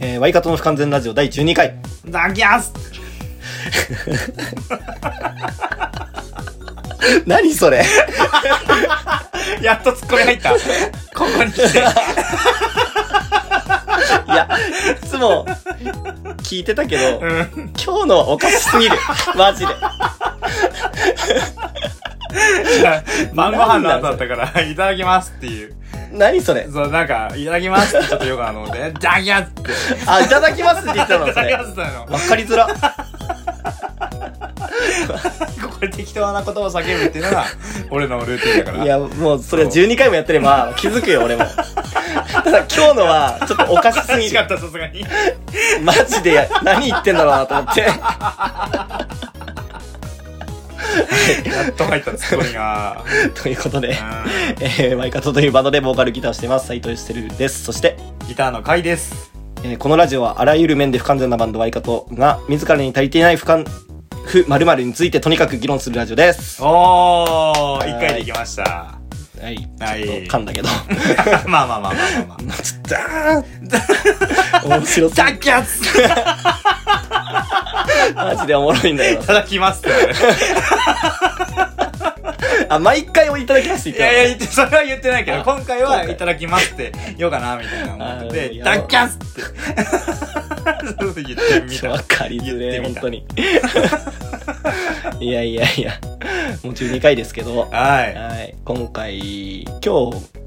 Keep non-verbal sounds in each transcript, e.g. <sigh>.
えー、ワイカトの不完全ラジオ第12回。ザギャス <laughs> 何それやっとツッコミ入った。ここに来て。いや、いつも聞いてたけど、うん。今日のはおかしすぎる。マジで。晩ご飯の後だったから、いただきますっていう。何それそう、なんか、いただきますってちょっとよくあの、で、ザギャスって。あ、いただきますって言ってたの、いそただきれま。すだよ。わかりづら。これ適当な言葉を叫ぶっていうのが、 <laughs> 俺のルーティンだから。いや、もうそれ12回もやってれば気づくよ、俺も。ただ今日のはちょっとおかしすぎ違る。った、さすがに。マジで何言ってんだろうなと思って。やっと入ったツッコミが。ということで、うえー、マイカトというバンドでボーカルギターをしています、斉藤してるです。そして、んギターの回です。えーこのラジオはあらゆる面で不完全なバンドワイカトが自らに足りていない不完不〇〇についてとにかく議論するラジオです。おはー、い一回できました。はい。ちょっとはい噛んだけど。 <laughs> まあまあまあまあまあま <laughs> あ。ダーン面 <laughs> 白そうザ。ギャスマジでおもろいんだよい。ただきますって。あ、毎回おいただきますってい言っやていや、言ってそれは言ってないけど、あ今回は今回いただきますって言おうかな、みたいな思ってあーて、やばいダッキャンスって。そう言ってみたたわ。かりづれえ、言って本みた当に。 <laughs> いやいやいや、もう12回ですけど、はい。はい、今回、今日、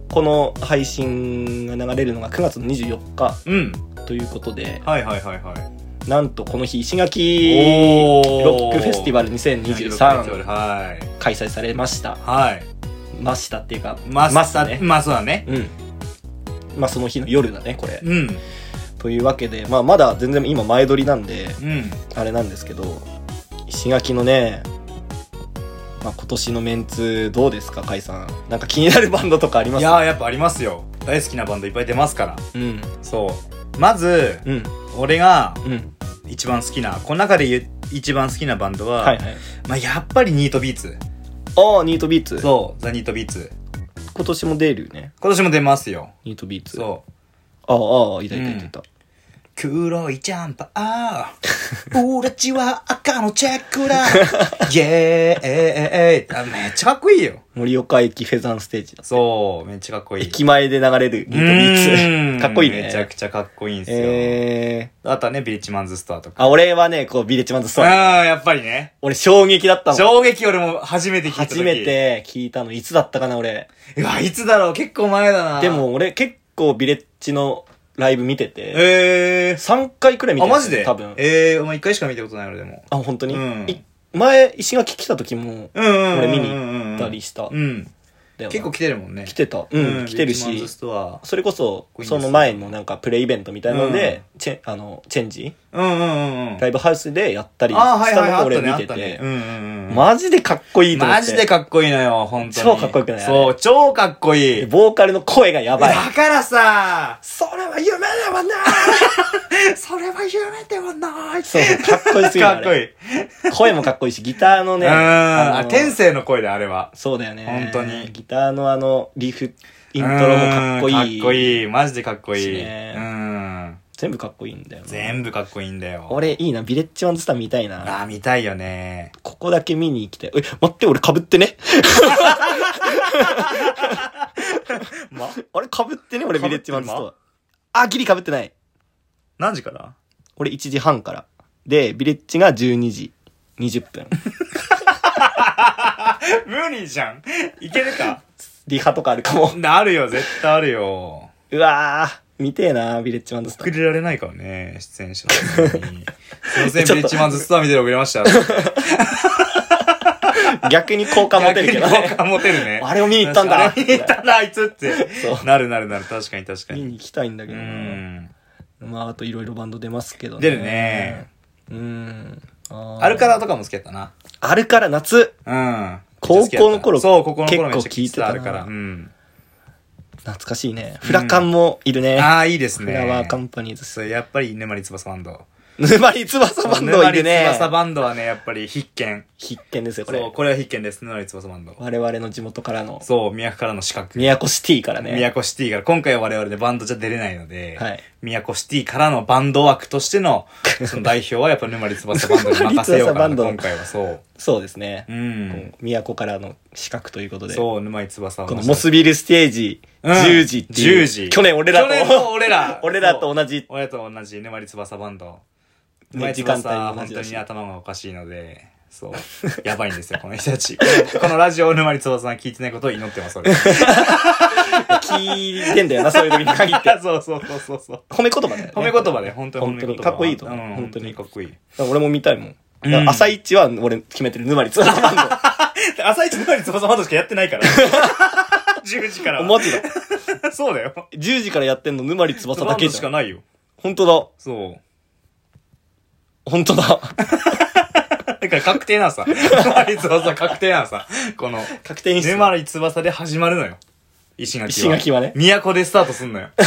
この配信が流れるのが9月の24日うん。ということで、はいはいはいはい。なんとこの日、石垣おロックフェスティバルルル2023はい。開催されました。はい。ましたっていうか、マスタたね。ー、まあそうだね。うん。まあその日の夜だね、これ。うん。というわけで、まあまだ全然今前撮りなんで、うん。あれなんですけど石垣のね、まあ、今年のメンツどうですか甲斐さんなんか気になるバンドとかありまいすやーやっぱありますよ。大好きなバンドいっぱい出ますから。うんそう。まず、うん俺がうん一番好きな、この中で言う一番好きなバンドは、はいはいまあやっぱりニートビーツ。ああニートビーツそう、ザ・ニートビーツ。今年も出るよね今年も出ますよ。ニートビーツうそう。ああああいたいたいたいた、黒いジャンパー。俺たちは赤のチェックだ。 <laughs> イェーイ。あめっちゃかっこいいよ。盛岡駅フェザンステージだそう、めっちゃかっこいい。駅前で流れるニートビーうツんかっこいいねめちゃくちゃかっこいいんですよ。えー、あとはね、ビリッジマンズストアとか。あ俺はねこうビレッジマンズそうああ、やっぱりね。俺衝撃だったもん衝撃俺も初めて聞いた時。初め。て聞いたのいつだったかな俺うわ、いつだろう結構前だな。で、も俺結構ビレッジのライブ見てて、えー。 3回くらい見あ、てるんマすジよで多分。えー、お前一回しか見たことない俺でも。あ、本当に、うんい前、石垣来た時も、うんうんうんうんうん。俺見に行ったりした。うん。だよな結構来てるもんね。来てた。うん、来てるビリッジマンズしス、トア。それこそこ、いいんですそよの前のなんかプレイイベントみたいなので、チェあのチェンジうんうんうんうん。ライブハウスでやったりしあーはいはいたのはをい。俺見あってたねて、あったねうんうんうん。マジでかっこいいと思って。マジでかっこいいのよ、本当に。超かっこよくないそう、超かっこいい。だボーカルの声がやばい。からさ、それは夢ではないそれは夢ではない。そう、かっこいいすぎる。かあっこいい。れう声もかっこいいし、ギターのね、ん。あの、天性の声であれは。そうだよね。本当にギターのあの、リフ、イントロもかっこいい。うんかっこいい。マジでかっこいですい。ねうん。全部かっこいいんだよな。全部かっこいいんだよ。俺、いいな、ビレッジワンズスター見たいな。あー、見たいよね。ここだけ見に行きたい。え、待って、俺被って <laughs> ね。ま、あれ被ってね、俺ビレッジワンズス被っと。あ、ギリ被ってない。 <laughs> 何時から俺1時半から。で、ビレッジが12時20分。 <laughs> 無理じゃん。いけるか <laughs> リハとかあるかも。あるよ、絶対あるよ。うわー、見てえな、ビレッジワンズスタ <laughs> くー。れられないからね、出演者の人に。すいませ <laughs> ん、ちょっビとレッジマンズストア見てる遅れました。逆に好感持てるけど逆にね好。感持てるね。あれを見に行ったんだあれ見に行ったんだ、あいつってそ。なるなるなる、確かに確か <laughs> 見に。に行きたいんだけうどな。ん。まあ、あといろいろバンド出ますけどね。出るね。うん。あーアルカラとかも好きやったな。あるから夏。うん。高校の頃そう、高校の頃めっ結ちゃ構聞いてたなアルカラ。うん。懐かしいね。フラカンもいるね。ああ、いいですフね。ラワーカンパニーズ。そう、やっぱり、沼り翼バンド。沼り翼バンドいる沼りね。翼バンドはね、やっぱり必見。必見ですよ、こそう、れ。これは必見です。布のつばさバンド。我々の地元からの、そう、宮古からの資格。宮古シティからね。宮古シティから、今回は我々でバンドじゃ出れないので、はい。宮古シティからのバンド枠とし <laughs> ての、その代表はやっぱ沼りつばさバンドに任せようかなと、沼今り回はそう。そうですねう。。うんん宮古からの資格ということで。そう、沼りつばさこのモスビルステージ、うん10時っていう。 10時去年俺らと。去年の俺ら <laughs> 俺らと同じ。俺と同じ沼り翼バンド。ね沼り翼は時間帯も同本じ当だしに頭がおかしいので、そう。やばいんですよ、この人たち。このこ <laughs> のラジオを沼り翼さん聞いてないことを祈ってます、俺。 <laughs> 聞いてんだよな、そういう時に限って。そうそうそうそうそう。褒め言葉だよね。褒め言葉で、本当に褒め言葉。本当にかっこいいとうん思う本本当当ににかっこいい。俺も見たいもん。うんだから朝一は俺決めてる沼につなが <laughs> ん朝一沼り翼バンドしかやってないから。10時からの。は。マジだ。そうだよ。 10時からやってんの沼に翼バだンけドじしゃかん。ないよ。本当だ。 <laughs> そう。本当だ。だから確定なんさ。沼り翼確定なんさ。この。確定演出。沼り翼で始まるのよ。石垣は。石垣はね都でスタートすんのよ。 <laughs>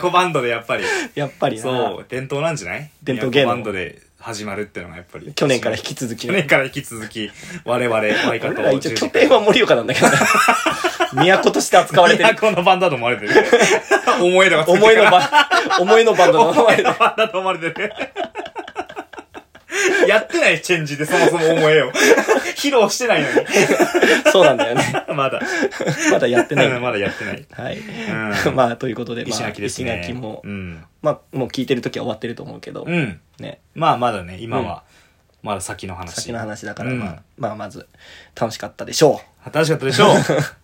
都バンドでやっぱり。やっぱりな。そう、伝統なんじゃない伝統芸能都バンドで始まるってのがやっぱり。去年から引き続き去ね。年から引き続き、我々、相俺方らを一応拠点は盛岡なんだけ <laughs> どね。都として扱われてる。都のバンドだと思われ <laughs> てる。思い出がついて思いるのバン、思いのバンドの名前で。バンドだと思われてる。 <laughs> やってないチェンジでそもそも思えよ。 <laughs> 披露してないのに。 <laughs> そうなんだよね。まだ。まだやってない。まだやってない。はい。うんまあ、ということで、まあ、石垣ですね。石垣もう、ん。まあ、もう聞いてる時は終わってると思うけど、うん。ね、まあまだね、今は、まだ先の話。先の話だから、うんまあ、まあ、まず、楽しかったでしょ楽しかったでし <laughs> ょう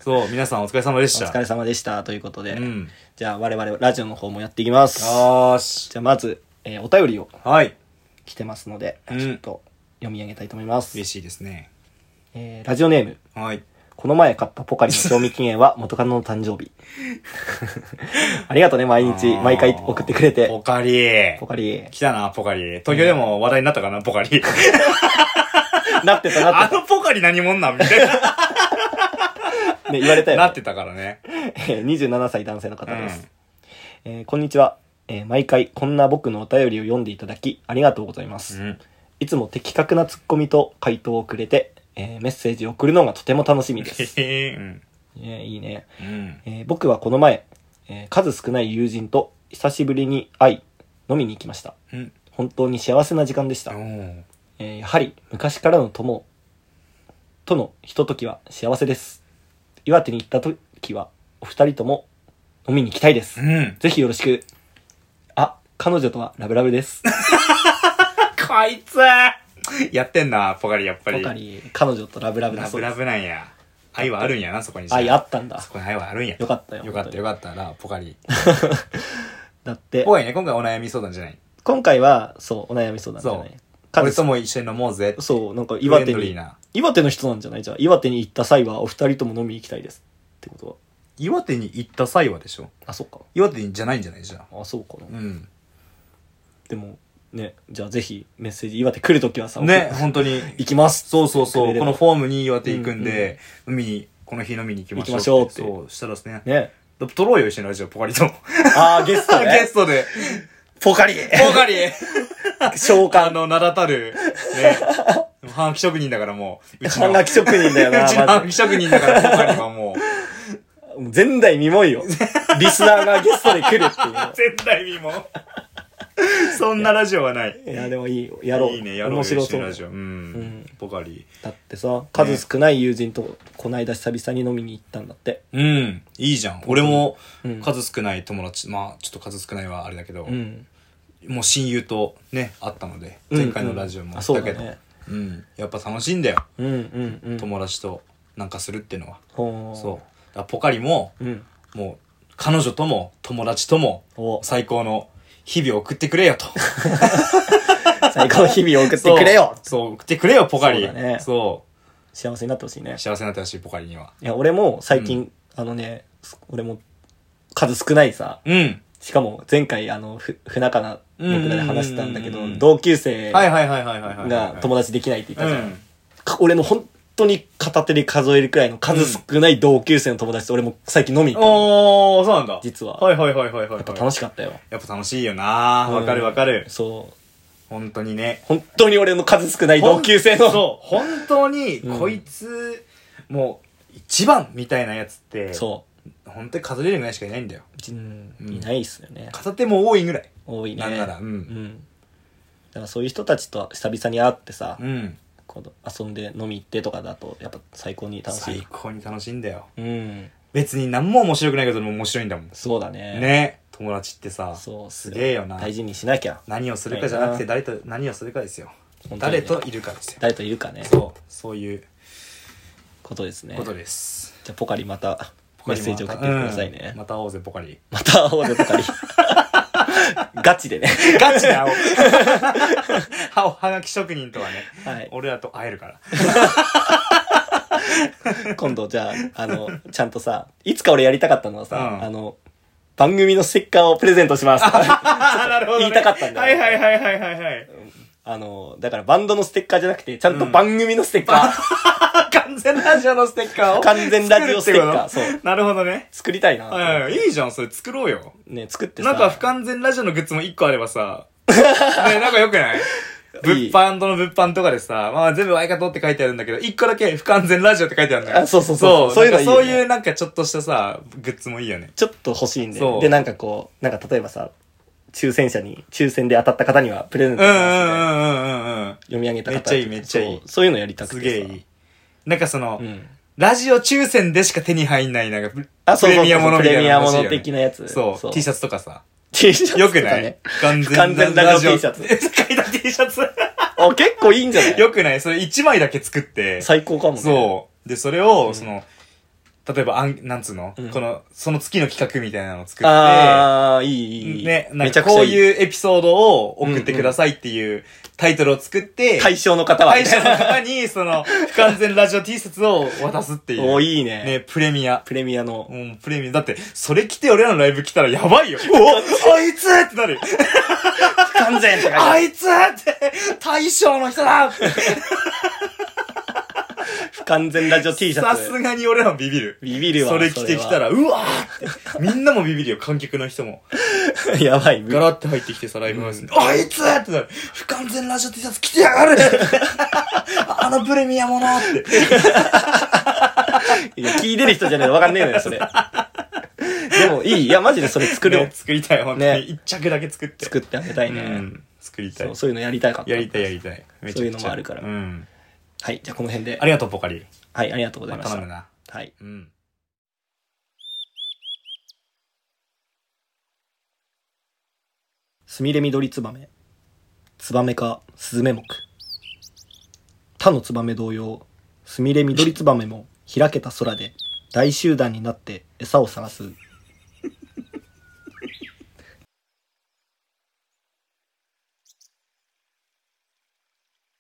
そう、皆さんお疲れ様でしう。おた。疲れ様でした。ということで、うん。じゃあ、我々、ラジオの方もやっていきます。じよーし。ゃあ、まず、えーお便りをはい。来てますので、うんちょっと読み上げたいと思います。嬉しいですね。えーラジオネーム、はい。この前買ったポカリの賞味期限は <laughs> 元カノの誕 <laughs> 生日。ありがとうね、毎日、毎回送ってくれてポ。カリ。ポカリ、来たな、ポカリ。東京でも話題になったかな、ポカリ。なってたなあってのポカリ何者なんみたいな。た、ね、言われたよ、ね。なってたからね。えー27歳男性の方です、うんえーこんにちは、えー毎回こんな僕のお便りを読んでいただきありがとうございまうす、ん。いつも的確なツッコミと回答をくれて、えーメッセージを送るのがとても楽しみで <laughs> す、へへうん。えーいいね、うん。えー僕はこの前、えー数少ない友人と久しぶりに会い飲みに行きましたうん。本当に幸せな時間でした、うん。えーやはり昔からの友とのひとときは幸せです岩手に行った時はお二人とも飲みに行きたいですうん。ぜひよろしく。あ、彼女とはラブラブです。こいつやってんな、ポカリ、やっぱポり。カリ、彼女とラブラブだラそブうでラす。ブなんや。愛はあるんやな、そこに。愛あったんだそ。こに愛はあるんや。よかったよ。よかったよ本かったな、ポカリ。当にだってポ、カリね、今回お悩み相談じゃない。今回は、そう、お悩み相談じゃなそい。俺彼ととも一緒に飲もうぜ。そう、なんか岩フレ手ンドリーに、な。岩手の人なんじゃないじゃあ、岩手に行った際はお二人とも飲みに行きたいです。ってことは。岩手に行った際はでしょあ、そっか。岩手にじゃないんじゃないじゃん。あ、そうかな。うん。でも、ね、じゃあぜひメッセージ、岩手来るときはさ、ね、本当に。行きます。そうそうくそれう。れこばのフォームに岩手行くんで、海に、この日飲みに行きましょう。行きましょうってそう、したらですね。ね。撮ろうよ、一緒にラジオ、ポカリと。あー、ゲストね。 <laughs> ゲストで。ポカ <laughs> リポカリ召あ喚。の、名だたる、ね。半額職人だからもう。うちの。半額職人だよ <laughs> な、うちマジの半額職人だから、ポカリはもう。前代未聞よ。 <laughs> リスナーがゲストで来るってい前代未聞。そんなラジオはない。う。いや、でもいいよ。やろう。いいね、やろうよ。面白一緒そう。にラだジオ。うん。ポカリ。ってさ、数少ない友人と、こないだ久々に飲みに行ったんだって。うん。いいじゃん。俺もうん、数少ない友達、まあ、ちょっと数少ないはあれだけど、うん。もう親友とね、会ったので、前回のラジオもああっそうただけど、ね。うん。やっぱ楽しいんだよ。うんうんうん。友達となんかするってのは。ほーそう。だからポカリも、うん。もう、彼女とも、友達とも、お最高の日々を送ってくれよ <laughs> と。最高の日々を送ってくれよそうそう、送ってくれよ、ポカリ。そうだねそ幸せになってほしいねう。。幸せになってほしい、ポカリには。いや、俺も最近、あのね、俺も数少ないさ、うん。しかも前回、あの、ふ、不仲な僕らで話したんだけうんうんうんど、うん同級生はいがはいはいはいはいはい。友達できないって言ったじゃん。うん。か俺の本当に片手で数えるくらいの数少ない同級生の友達と俺も最近飲みに行ったの、おー、そうなんだ。実ははいはいはいはいはい。ややっぱ楽しい。しかったよ。やっぱ楽しいよなうんわかるわかる。そう。本当にね。本当に俺の数少ない同級生の。そう、本当に、うんこいつ、もう、一番みたいなやつって、そ本当に数えるぐらいしかいないんだよ。う。うんうんいないっすよね。片手も多いぐらい。多いね。なんならうんんだからそういう人たちと久々に会ってさ、うん。こう遊んで飲み行ってとかだと、やっぱ最高に楽し最い。高に楽しいんだよ。うん。別に何も面白くないけども面白いんだもん。そうだね。。ね。友達ってさ、そう。すげえよな。大事にしなきゃ。何をするかじゃなくて、ね誰と、何をするかですよ。本当にね誰といるかですよ。誰といるかね。そう、そういうことですね。ことじです。ゃあ、ポカリまた、メッセージを送ってくださいねうん。また会おうぜ、ポカリ。 <laughs> また会おうぜ、ポカリ。ガチでね。ガチだよ。 <laughs> はおはがき職人とはね、はい俺らと会え <laughs> るから。今度じゃあ、あの、ちゃんとさ、いつか俺やりたかったのはさ、うんあの、番組のステッカーをプレゼントします。なるほど、言いたかったんだ <laughs> はいはいはいはいはいはい。あの、だからバンドのステッカーじゃなくて、ちゃんと番組のステッカ <laughs> 完全ラジオのステッカーー、を。完全ラジオステッカー、作そるってうこ。となるほどね。作りたいな。はいはいはいいいじゃん、それ作ろうよ。ね、作ってさ。なんか不完全ラジオのグッズも1個あれ <laughs> ばさ、ね、なんかよくない物販との物販とかでさ、まあ全部相方って書いてあるんだけど、1個だけ不完全ラジオって書いてあるんだよ。あそうそうそうそそうういうのいいよねなんかそういうなんかちょっとしたさ、グッズもいいよね。ちょっと欲しいんでそ。うで、なんかこう、なんか例えばさ、抽選者に、抽選で当たった方にはプレゼンうトんしまうんすうねんうんうんうん。読み上げた方めっちゃいいめっちゃいいそうそういうのやりたくすてさ。げえいい。なんかその、うん。ラジオ抽選でしか手に入んない、なんかプ、あ、そうそうそうプレミアものプみたいなレミアも欲しいよのね的なやつ。そう、T シャツ。ャツとかさ。 T シャツとかね。よくない完完全ラジオ T シャツ <laughs> 使いた T シャツ。あ、結構いいんじゃないよくないそれ1枚だけ作って。最高かもね。そう。で、それを、その、例えば、あん、なんつうの、うんこの、その月の企画みたいなのを作っああ、いい、いいいて、い。ね、なんめちゃかくちこゃういい。いうエピソードを送ってくださいっていうタイトルを作って、対象の方はね。 <laughs> 会社の方に、その、不完全ラジオ T シャツを渡すっていう。お、いいね。ね、プレミア。プレミアの。もうプレミア。だって、それ着て俺らのライブ来たらやばいよ。おあいつってなる。不完全とあかいつって、大将の人だ不完全ラジオ T シャさすツ。がに俺らもビビる。ビビるわ。それ着てきたら、うわーって。みんなもビビるよ、観客の人も。それは。やばい。ガラって入ってきてさ、ライブハウスに。あいつってなる。不完全ラジオ T シャツ着てやが <laughs> るあのプレミアものって。いや、聞いてる人じゃないとわかんねえのよ、それ。でも、いい。いや、マジでそれ作ろねう。作りたい、本当ねに。一着だけ作って。作ってあげたいうね。ん。作りたそ、。いうそういうのやりたかった。やりたい、やりたい。めそちゃくちゃういうのもあるからうん。はい、じゃあこの辺であ。りがとう、ポカリ。はい、ありがとうございまし頼むた。な。はい。うん。スミレミドリツバメ。ツバメかスズメ目。他のツバメ同様、スミレミドリツバメも開けた空で大集団になって餌を探す。 <laughs>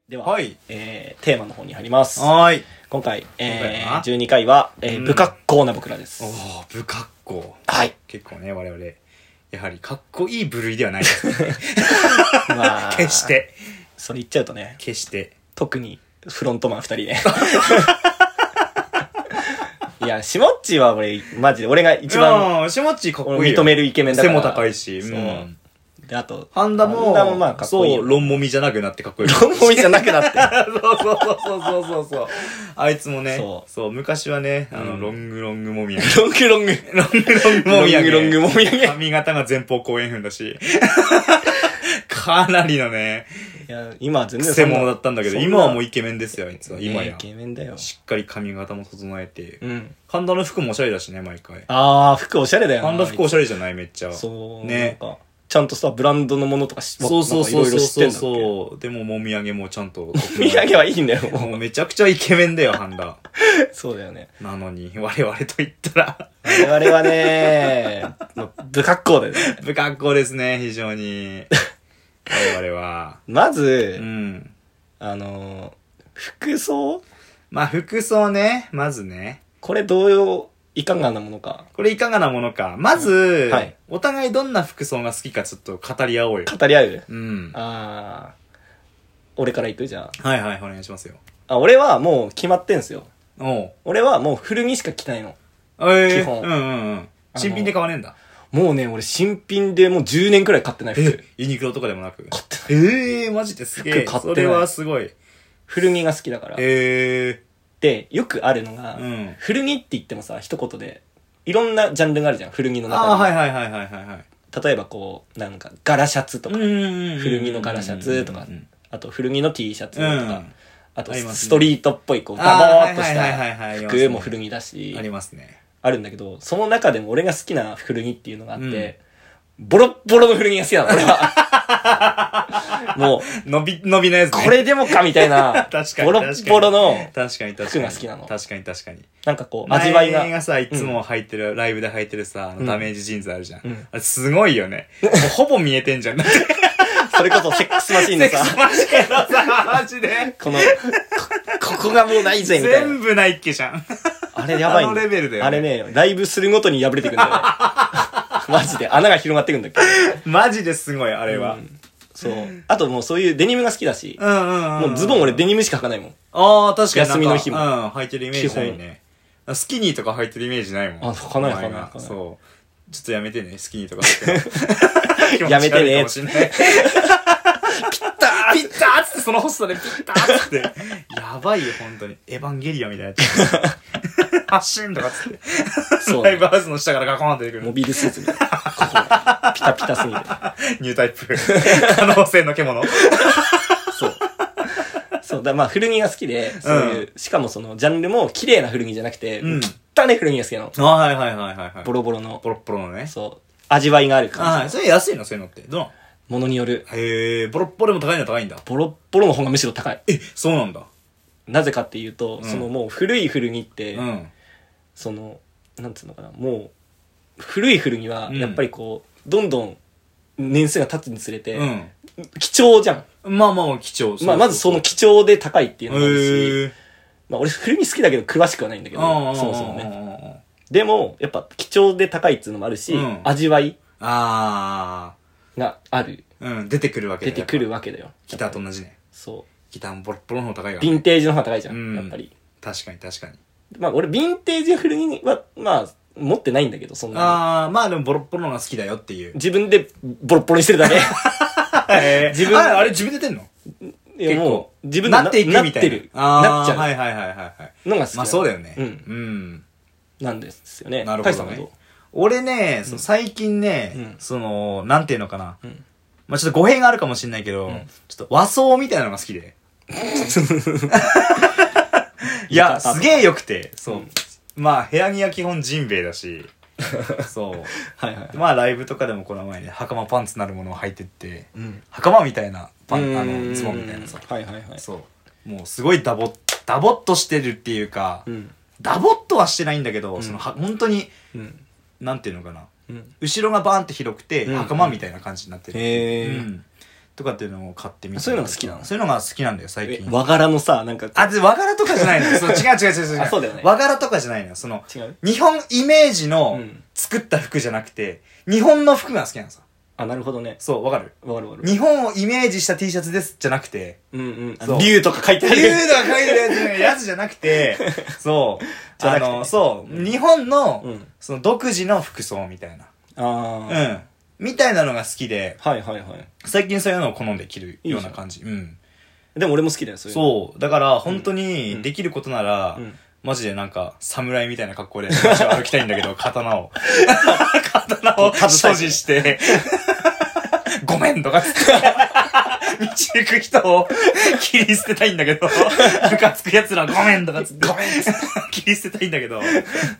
では、はいえーテーマの方に入ります。はーい。今回、え今ー、回12回は、えーうん不格好な僕らです。おー、不格好。はい。結構ね、我々。やはり、かっこいい部類で <laughs> はないですね。まあ <laughs> 決し。て。それ言っちゃうとね、決して。特にフロントマン二人ね。 <laughs> いや、しもっちは俺、マジで、俺が一番、うん、しもっちかっこい俺いよ。認めるイケメンだ背から。も高いし。。そううんで、あと、ハンダも、ハンダもまあかっこいいよそう、ロンモミじゃなくなってかっこいい。ロンモミじゃなくなって。そうそうそうそうそうそう。 <laughs> あいつもね、そそうう、昔はね、あうの、んロングロングもみあげ。ロングロング。 <laughs> ロングロングもみあげ。ロングロングもみあげ髪型が前方後円墳だし。 <laughs> かなりのね、いや、今は全然癖者だったんだけど、そな今はもうイケメンですよ、あいつは。ね今やイ。ケメンだよ。しっかり髪型も整えて。うん。神田の服もおしゃれだしね、毎回。あー、服おしゃれだよな。神田服おしゃれじゃない、めっちゃ。そう。ねね。なんか、ちゃんとさ、ブランドのものとかし、そうそうなそんうかいろいろ知っそてんうだっけそう。でも、もみあげもちゃんと。も見上げはいいんだよ、ももうめちゃくちゃイケメンだよ、ハンダ。う。 <laughs> そうだよね。なのに、我々と言ったら、我々はね、 <laughs> まあ不格好だよね。不格好ですね、非常に。我々は。まずう、ん。あのー服装まあ、服装ね、まずね。これ同様いかがなものかこれいかがなものか。まず、はいお互いどんな服装が好きかちょっと語り合おうよ。語り合ううん。あー俺からいくじゃはいはい、お願いしますよ。ああ俺はもう決まってんすよおう。俺はもう古着しか着ないのえー、基本うんうんうん。新品で買わねえんだ。もうね、俺新品でもう10年くらい買ってない服。ユニクロとかでもなく。買ってない。ええー、マジですげえ。服買ってなそいれはすごい。古着が好きだから。えで、よくあるのが、うん古着って言ってもさ、一言で、いろんなジャンルがあるじゃん、古着の中えに。ああ、はいはいはいはいはいはい。例えばこう、なんか、柄シャツとか、古古着の柄シャツとか、あと古着の T シャツとうかん、あとありますねストリートっぽい、こう、ダボあーーっとしはいはいはいはいはいありたますね服も古着だしあ、りますね。あるんだけど、その中でも俺が好きな古着っていうのがあっうんて、ボロッボロの古着が好きなの、俺は。 <laughs> もう、伸び、伸びのやつね。これでもかみたいな確かボに <laughs> 確かにロッボロの、確かに確かに。服が好きなの確かに確かに。なんかこう、味わい前がが。さ、いつも履いてる、ライブで履いてるさ、あのダメージジーンズあるじゃん。うんあれすごいよね。もうほぼ見えてんじゃ <laughs> ん。だってそれこそセックスマシーンセのックさス、マジでさ、マジで。この、ここ <laughs> こがもうないぜ、みたいな <laughs> 全。部ないっけじゃん。あれやばいんあのレベルだよねあれね、ライブするごとに破れていくんだよ <laughs> ね。マジで穴が広がっていくんだけど。 <laughs> マジですごい、あれは。うんそう。あともうそういうデニムが好きだし、うんうん。もうズボン俺デニムしか履かないもん。ああ、確かになんか。休みの日もうん、履いてるイメージないね。スキニーとか履いてるイメージないもん。あ履かないお前が履かないそう。ちょっとやめてね、スキニーとか履く <laughs> のやめてね気持ち悪いかもしんないピッターピッターっつって、その細さでピッターっつって。やばいよ、本当に。エヴァンゲリオンみたいなや <laughs> つ。発信とかっつって。そうライブハウスの下からガコーンって出てくモる。ビルスーツみたいな。ここピタピタすぎて。ニュータイプ。 <laughs> 可能性の獣。そう。そうだ、まあ古着が好きで、そういう、しかもそのジャンルも綺麗な古着じゃなくて、うん汚い古着が好きなの。あはいはいはいはいはい。ボロボロのポ。ロッポロのね。そう。味わいがあるあ感はい。それ安いの、そういうのって。どうなのじ。ものによる。へえ、ボロッボロでも高いのは高いんだ。ボロッボロの方がむしろ高い。え、そうなんだ。なぜかっていうと、うんそのもう古い古着って、うん。そのなんつうのかなもう古い古着はうんやっぱりこう、どんどん年数が経つにつれて、うん。貴重じゃん、まあまあ、貴重。まあ、まずその貴重で高いっていうのもあるし、へえ。まあ、俺古着好きだけど詳しくはないんだけどそもそもねね。でもやっぱ貴重で高いっていうのもあるし、うん味わいあがあるあ。うん、出てくるわけ出だてくるやっわけだよぱギターと同じね。そギターもボロッボロの方が高いうわヴ。ィンテージの方が高いじゃん、うんやっぱり確かに確かに。まあ俺ヴィンテージ古着はまあ持ってないんだけどそんなにああ、まあでもボロッボロの方が好きだよって <laughs> いう。自分でボロッボロにしてる <laughs> だけ自自分ああれ自分で出んのいやもう自分でなっていくみたなっているな。なっちあーはゃいはいはいはいはい。うのが好きまあそうだよよね。うんん。なんですよねなる大ほしたどこねと。俺ね、その最近うねん、その、なんていうのかな。んまあちょっと語弊があるかもしれないけど、ちょっと和装みたいなのが好き <laughs> で。いや、すげえ良くて、そう。まあ部屋着は基本ジンベエだ <laughs> し、そう。はいはいまあライブとかでもこの前ね、袴パンツなるものを履いてって、うん袴みたいな、パン、あうーの、んズボンみたいなさ。はいはいはいそう。もうすごいダボ、ダボっとしてるっていうか、うんダボっとはしてないんだけど、んそのは、本当に、うんなんていうのかな。うん後ろがバーンって広くて、うん袴みたいな感じになってる。へうーんとかっていうのを買ってみたりそういうのが好きなのそういうのが好きなんだよ、最え近。和柄のさなんかあ、で、和柄とかじゃないのよ。そう違う違う違う違 <laughs> う。あそうだよね和柄とかじゃないのよ。その、違う日本イメージのうん作った服じゃなくて、日本の服が好きなのさ。あなるほどねそう、わかるわかるわかる日本をイメージした T シャツです、じゃなくて、うんうんあそうの竜とか書いてあってるいうのが書いてるやつねやつじゃなく <laughs> て、そう。じゃなあくての、そう。日本の、うんその独自の服装みたいな。あうあん。みたいなのが好きで、はいはいはい最近そういうのを好んで着るような感じ。うん。でも俺も好きだよそういうのそう。だから、本当うにんできることなら、うんマジでなんか、侍みたいな格好で街を歩きたいんだけ <laughs> ど、刀を。刀を所持して、 <laughs> ごめんとかっ <laughs> つって、道行く人を切り捨てたいんだけど、ムカつく奴らごめんとかっつって、ごめん <laughs> 切り捨てたいんだけど、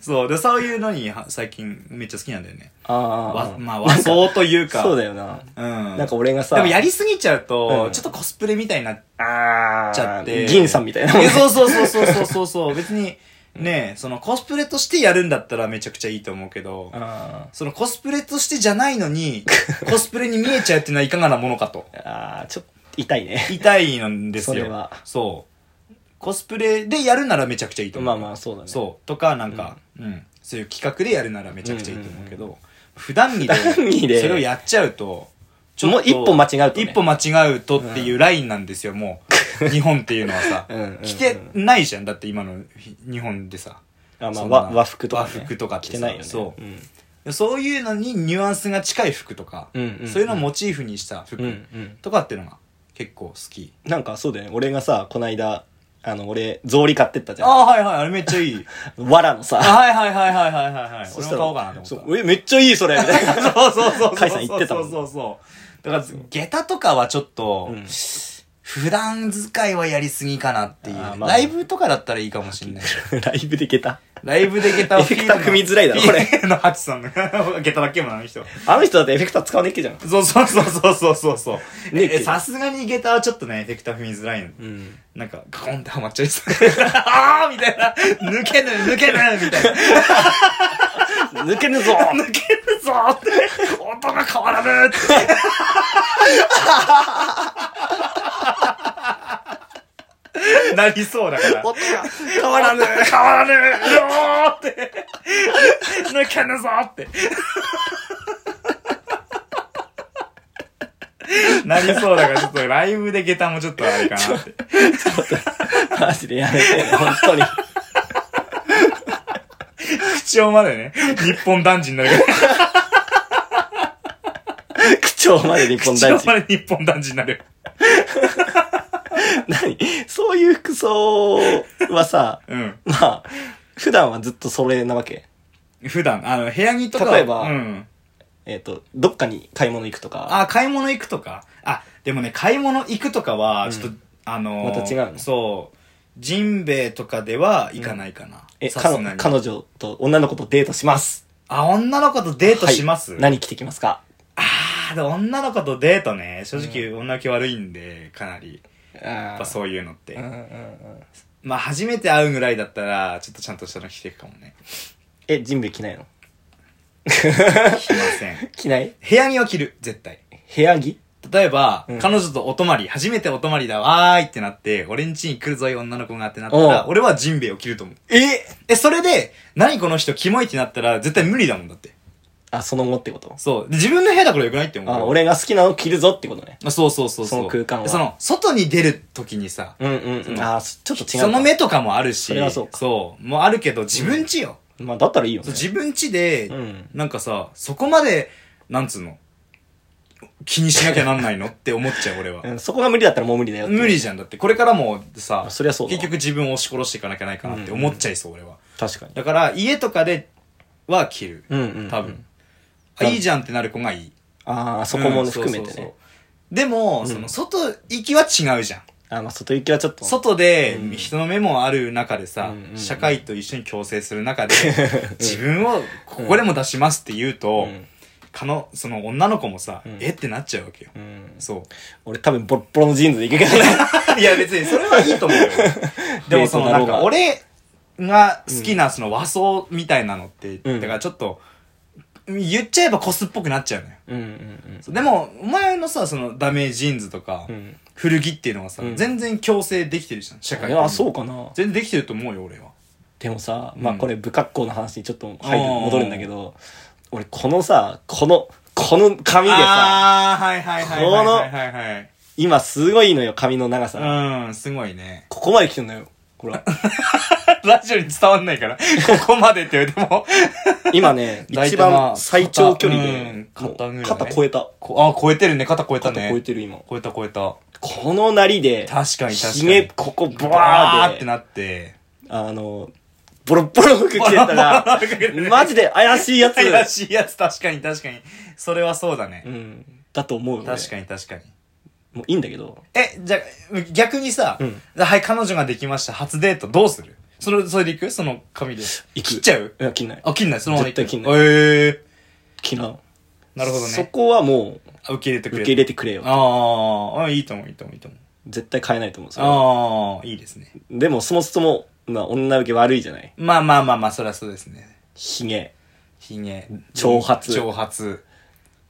そう。で、そういうのには最近めっちゃ好きなんだよね。あわあまあ、和装というか。そうだよなうん。なんか俺がさでもやりすぎちゃうと、うんちょっとコスプレみたいになっあちゃって。銀さんみたいなもんいやねそうそうそうそうそうそうそう。別に、ねえ、そのコスプレとしてやるんだったらめちゃくちゃいいと思うけど、あそのコスプレとしてじゃない <laughs> のに、コスプレに見えちゃうっていうのはいかがなものかと。ーあーちょっと痛いね痛いんですそよ。れはそう。コスプレでやるならめちゃくちゃいいと思まう。あまあそうだねそう。とか、なんか、うん、そういう企画でやるならめちゃくちゃいいと思うけど、普段着普段着で、でそれをやっちゃうと、ちょっともう一歩間違うとね一歩間違うとっていうラインなんですよ、も <laughs> う。日本っていうのはさうんうんうん。着てないじゃん。だって今の日本でさ。あまそあんな和和服とか、ね、和服とかって着さてないよねそううんそういうのにニュアンスが近い服とか、うんうんうんそういうのをモチーフにしたうんう服んとかっていうのが結構好き。なんかそうだよね俺がさこないだあの俺草履買ってったじゃんああー、はいはい、あれめっちゃ <laughs> いい。わらのあさはいはいはいはいはいはい <laughs> はい。そ俺したも買らおうかなとそ思った。うえめっちゃいいそれみ <laughs> たいなそうそうそうそう。甲斐さん言ってたそもうんそうそう。だから、下駄とかはちょっと、うん普段使いはやりすぎかなっていう、あーまあライブとかだったらいいかもしれない。ライブでいけたライブで下駄をエフェクター組みづらいだろこれ。のハチさんの下駄だっけもんあの人。あの人だってエフェクター使わねえっけじゃんそうそうそうそうそうそうそう。ねえけえどさすがに下駄はちょっとね、エフェクター踏みづらいの。うんなんか、カコンってハマっちゃいそう。あーみたいな。抜けぬ、抜けぬみたいな。抜けぬぞ抜けるぞーって。音が変わらぬって。なりそうだから。音が変わらぬ <laughs> 変わらぬよーって。抜けぬぞーって。なりそうだから、ちょっとライブで下駄もちょっとあれかなって。マジでやめて本 <laughs> 当に口調までね、日本男児になる <laughs> から。口調まで日本口大調臣まで日本男児になる。何そういう服装はさうん。まあ普段はずっとそれなわけ普段、あの、部屋着とかは。例えばうん。えっ、とどっかに買い物行くとかあ、買い物行くとか。あ、でもね、買い物行くとかは、ちょっと、あのーまた違うのそう。ジンベエとかでは行かないかな。えさかすのがに彼女と女の子とデートしますあ、女の子とデートします、はい何着てきますかあーでも女の子とデートね、正直女気悪いんで、かなり。やっあぱそういうのって。うんうんうんまあ初めて会うぐらいだったら、ちょっとちゃんとしたの着ていくかもね。えジンベエ着ないの着ません。 <laughs> 着ない部屋着を着る、絶対。部屋着例えば、うん彼女とお泊まり、初めてお泊まりだわーいってなって、俺ん家に来るぞい女の子がってなったら、おう俺はジンベエを着ると思う。ええ、それで、何この人キモいってなったら、絶対無理だもんだって。あその後ってことそう。で自分の部屋だからよくないって思うよ。あ俺が好きなの着るぞってことねあ。そうそうそうそう。その空間はその、外に出る時にさ、うんうんうんあーちょっと違うその目目とかもあるし、それはそうかもうあるけど、自分家よ。まあだったらいいよねそう自分家で、うんなんかさ、そこまで、なんつうの、気にしなきゃなんないのって思っちゃう、俺はう。んそこが無理だったらもう無理だよって無理じゃん。だって、これからもさ、あそりゃそうだ結局自分を押し殺していかなきゃないかなって思っちゃいそう、俺は。確かにだから、家とかでは着る。うんうんうん多分。あ、いいじゃんってなる子がいい。ああそこもうんね含めそうてそうそうねでも、その、外行きは違うじゃん。あーまあ外行きはちょっと外でうん人の目もある中でさ、うんうんうん社会と一緒に共生する中で、 <laughs> 自分をここでも出しますって言うと、うんかの、その女の子もさ、んえってなっちゃうわ <laughs> けよ。うんそ俺多分ボロッボロのジーンズで行くけどねう。いや別にそれはいいと思 <laughs> うよ。でもそのデートだなろんうがか俺が好きなその和装みたいなのって、うんだからちょっと、言っちゃえばコスっぽくなっちゃうのよ。うんうんそうでも、お前のさ、そのダメージジーンズとか、うんうん古着っていうのはさ、うん全然強制できてるじゃん、社 <laughs> 会いやそうかな全然できてると思うよ、俺は。でもさまあうんこれ不格好の話にちょっと入るうん戻るんだけど俺このさこのこの髪でさああ、はいはいはいはいはいはいはい今すごいのよ髪の長さはい。うん、すごいね。ここまで来てんのよほら <laughs> ラジオに伝わんないから、ここまでって言われても。今 <laughs> ね大一体まあ番最長距離肩うんでも肩う肩ぐらい超えた <laughs> こあー、超えてるね、肩超えた肩ね。超えてる今超えた超えた。このなりで確かに確かにひげここブブワワーーっっててななって。あのボロッボロの服着てた <laughs> らマジで怪しいやつ怪しいやつ、確かに確かに。それはそうだうね。んだと思うよね確かに確かに。もういいんだけどえ、じゃ、逆にさ、うんはい、彼女ができました、初デートどうするそれ、それでいくその髪で。行く切っちゃういや切んないあ、切んない、そのまま。絶対切んないいええ切らんー。なるほどね。そこはもうあ受け入れてく受れるけ入れてくれよあーあいいと思ういいと思ういいと思う絶対変えないと思うそれはああいいですねでもそもそも、まあ、女受け悪いじゃないまあまあまあまあそりゃそうですねひげひげ長髪長髪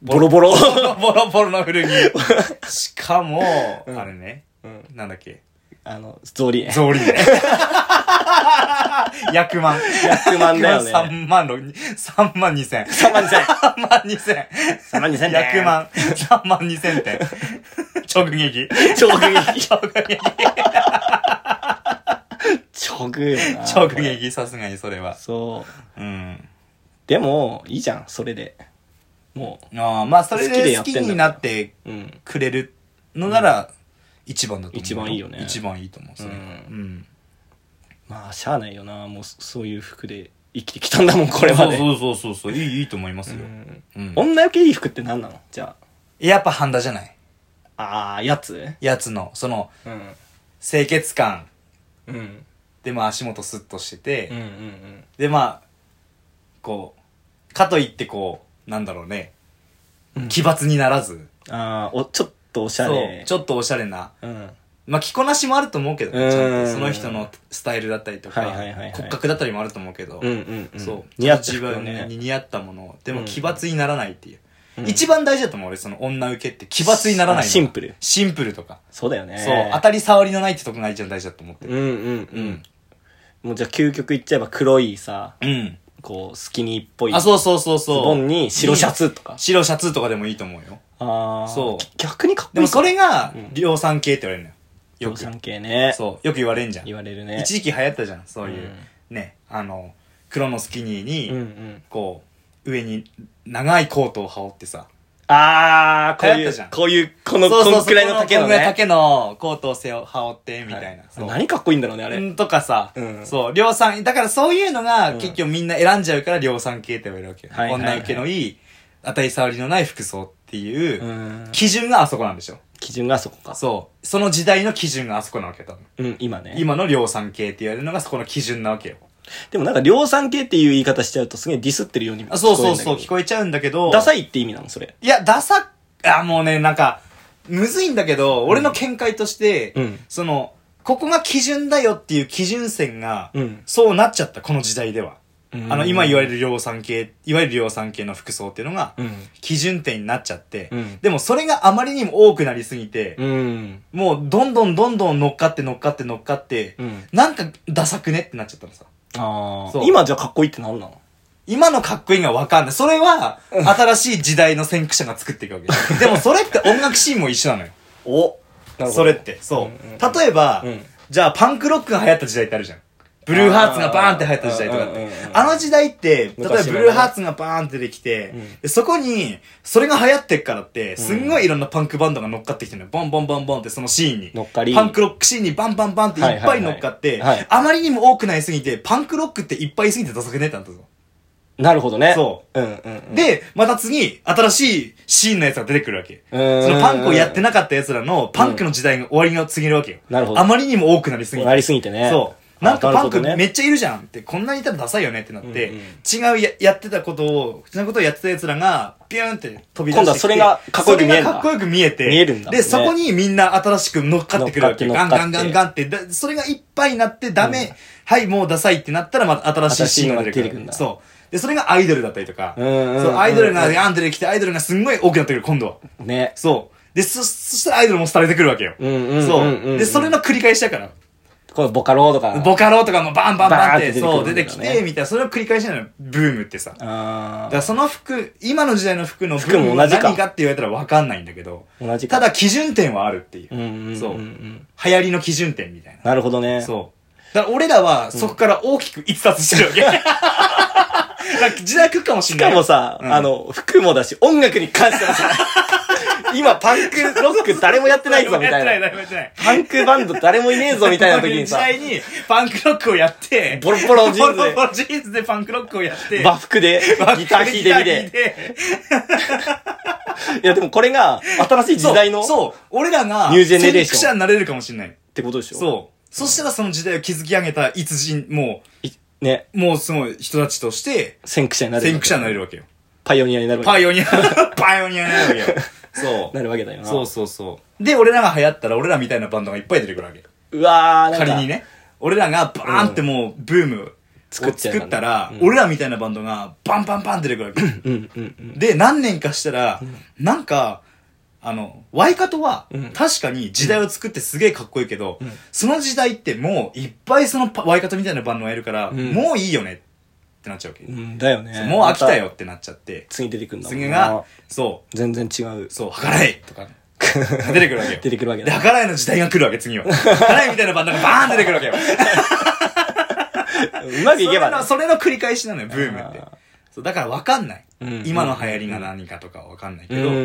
ボロボロボロ <laughs> ボロボロの古着しかも、んあれね、うんなんだっけあの草履ね草履ね <laughs> 100万100万だよね3万6 3万2千3万2000 3万2千3万2000点100万3万2千点直撃直 <laughs> 撃直撃直よな直撃さすがにそれはそううんでも、いいじゃん、それで。もああ、まあ、それ好きででや好ってんきだになってう、うん。くれるのなら、一番だと思う。一番いいよね一番いいと思う、それはうんうん。まあ、しゃあないよな。もう、そそういう服で生きてきたんだもん、これまで。そうそうそうそうそう、いい、いいと思いますよ。うんうん。女受けいい服って何なのじゃやっぱハンダじゃないあ。あー、やつやつの、その、うん。清潔感。うん。うんで、まあ、足元スッとしてて、うんうん。で、まあ、こう、かといってこう、なんだろうね、うん奇抜にならず、あー、お、ちょっとおしゃそうれ。、ちょっとおしゃれな、うん。まあ、着こなしもあると思うけどうね、んちゃんとその人のスタイルだったりとか、はいはいはいはい骨格だったりもあると思うけど、うんうんうん。そう、似合って自るよ分ね。に似合ったものを、でうもん奇抜にならないっていう。うん一番大事だと思う、俺、その女受けって奇抜にならないのがシンプルシンプルとか。そうだよね。そう、当たり障りのないってとこが一番大事だと思ってうる。んうんううんん。もうじゃあ究極言っちゃえば黒いさ、うん。こう、スキニーっぽい。あ、そうそうそうズそう。ボンに白シャツとか。白シャツとかでもいいと思うよ。ああ。そう逆にかっこでいいもか。それがん、量産系って言われるのよ。よ量産く。系ね。そう。よく言われんじゃん。言われるね。一時期流行ったじゃん。そういう、ね、あの、黒のスキニーうんうに、ん。こう、上に長いコートを羽織ってさ。ああ、こう流い行ったじゃう、んこういう、この、そうそうこんそうくらいの丈のこんくらいね。丈のコートを背負羽織って、みたいな。そう何かっこいいんだろうね、あうれ。んとかさ、うんそう、量産、だからそういうのがうん結局みんな選んじゃうから量産系って言われるわけよ、はいはいはい女受けのいい、当たり障りのない服装っていうう、ん。基準があそこなんでしょ。基準がそこか。そう。その時代の基準があそこなわけよ、多分。うん、今ね。今の量産系って言われるのがそこの基準なわけよ。でもなんか量産系っていう言い方しちゃうとすげえディスってるようにあそうそうそう、聞えこえちゃうんだけるど。んだけどダサいって意味なの、それ。いや、ダサ、あ、もうね、なんか、むずいんだけど、俺の見解として、うんその、ここが基準だよっていう基準線が、うんそうなっちゃった、この時代では。うんあの、今言われる量産系、いわゆる量産系の服装っていうのが、うん。基準点になっちゃって、うんでもそれがあまりにも多くなりすぎて、うん。もうどんどんどんどん乗っかって乗っかって乗っかって、うんなんかダサくねってなっちゃったのさ。ああそ。う今じゃかっこいいってなんなの今のかっこいいがわかんない。それは、新しい時代の先駆者が作っていくわけ。 <laughs> でもそれって音楽シーンも一緒なのよ。おなるほどそれって。そう。うんうん例えば、うんじゃあパンクロックが流行った時代ってあるじゃん。ブルーハーツがバーンって流行った時代とかあっーうんてうんう。んあの時代って、例えば昔のねブルーハーツがバーンってできて、うんでそこに、それが流行ってっからって、すんごいいろんなパンクバンドが乗っかってきてるのよ。ボンボンボンボンってそのシーンに。乗っかりパンクロックシーンにバンバンバンっていっぱい乗っかって、はいはいはいはいあまりにも多くなりすぎて、パンクロックっていっぱいすぎてダサくねえってなったぞ。なるほどね。。そううんうんうん。、で、また次、新しいシーンのやつが出てくるわけ。うそーんのパンクをやってなかったやつらの、パンクの時代が終わりが告げるわけよ。なるほどあまりにも多くなりすぎて。なりすぎてね。そう。なんかあなパるほンクどねめっちゃいるじゃんって、こんなにいたらダサいよねってなって、うんうん違うややってたことを、違うことをやってたやつらが、ピューンって飛び出してきて。今度はそれがかっこよく見えるんだそれがかっこよく見えて。見えるんだねで、そこにみんな新しく乗っかってくるわけ。乗っガかっンて乗っガかっンてガンガンって。だそれがいっぱいになってダメ、うんはい、もうダサいってなったら、また新しいシーンが出て新しいのが出てくくるんる。だそう。で、それがアイドルだったりとか。うんうんうんうんそう、アイドルがガンってできて、アイドルがすんごい多くなってくる、今度は。ね。そう。で、そ、そしたらアイドルも廃れてくるわけよ。うんうんうんうんそう。で、それの繰り返しだから。これボカロとか。ボカロとかもバンバンバンって、バーンそう、って出出ててくるきんだねて、みたいな、それを繰り返しなの、ブームってさ。だあかーらその服、今の時代の服のブ服ーもム同はじか何かって言われたらわかんないんだけど、同じかただ基準点はあるっていう。うんうんうん。そう。う流ん行りの基準点みたいなるほどね。な。そう。だから俺らは、そこから大きく逸脱してる <laughs> わけ。だから時代来るかもししんなかい。もさ、うんあの、服もだし、音楽に関しては <laughs> さ、今パンクロック誰もやってないぞみた誰もやな。ってないい、誰もやってない。パンクバンド誰もいねえぞみたいな時にこさ <laughs> の、時代にパンクロックをやって、ボロボロのジーンズでボロボロジーンズでパンクロックをやって、バ服でギター弾いてみて。て。いやでもこれが新しい <laughs> 時代のっそう。そう俺らが、ニュージェネレーション先駆者になれるかもしれない。てことでしょそう。そしたらその時代を築き上げた逸人、もいね、う、もうすごい人たちとして、先駆者になる。先駆者になれる。わけよ。パイオニアになるわパけ。イオニア、 <laughs> パイオニアになるわけよ。そ <laughs> なるわけだよう。な。そうそうそう。で、俺らが流行ったら俺らみたいなバンドがいっぱい出てくるわけ。うわー、なんか。仮に。ね。俺らがバーンってもうブームを作っちゃえばね作ったらう、ん俺らみたいなバンドがバンバンバン出て <laughs> くるわけ。うんうんうん。で、何年かしたら、なんか、あの、ワイカトはうん、確かに時代を作ってすげえかっこいいけど、うんその時代ってもういっぱいそのパワイカトみたいなバンドがいるから、うんもういいよねってなっちゃうわけ。うんだよね。もう飽きたよま。ってなっちゃって、次出てくるんだもんな次が、そう、全然違う。そう、計らいとか、出てくるわけよ。出てくるわけで、だ。計らいの時代が来るわけ、<laughs> 次は。計らいみたいなバンドがバーン出てくるわけよ。うまくいけばね。それの、それの繰り返しなのよ、ブームってあー。そうだからわかんない、うん今の流行りが何かとかはわかんないけうんど、うんう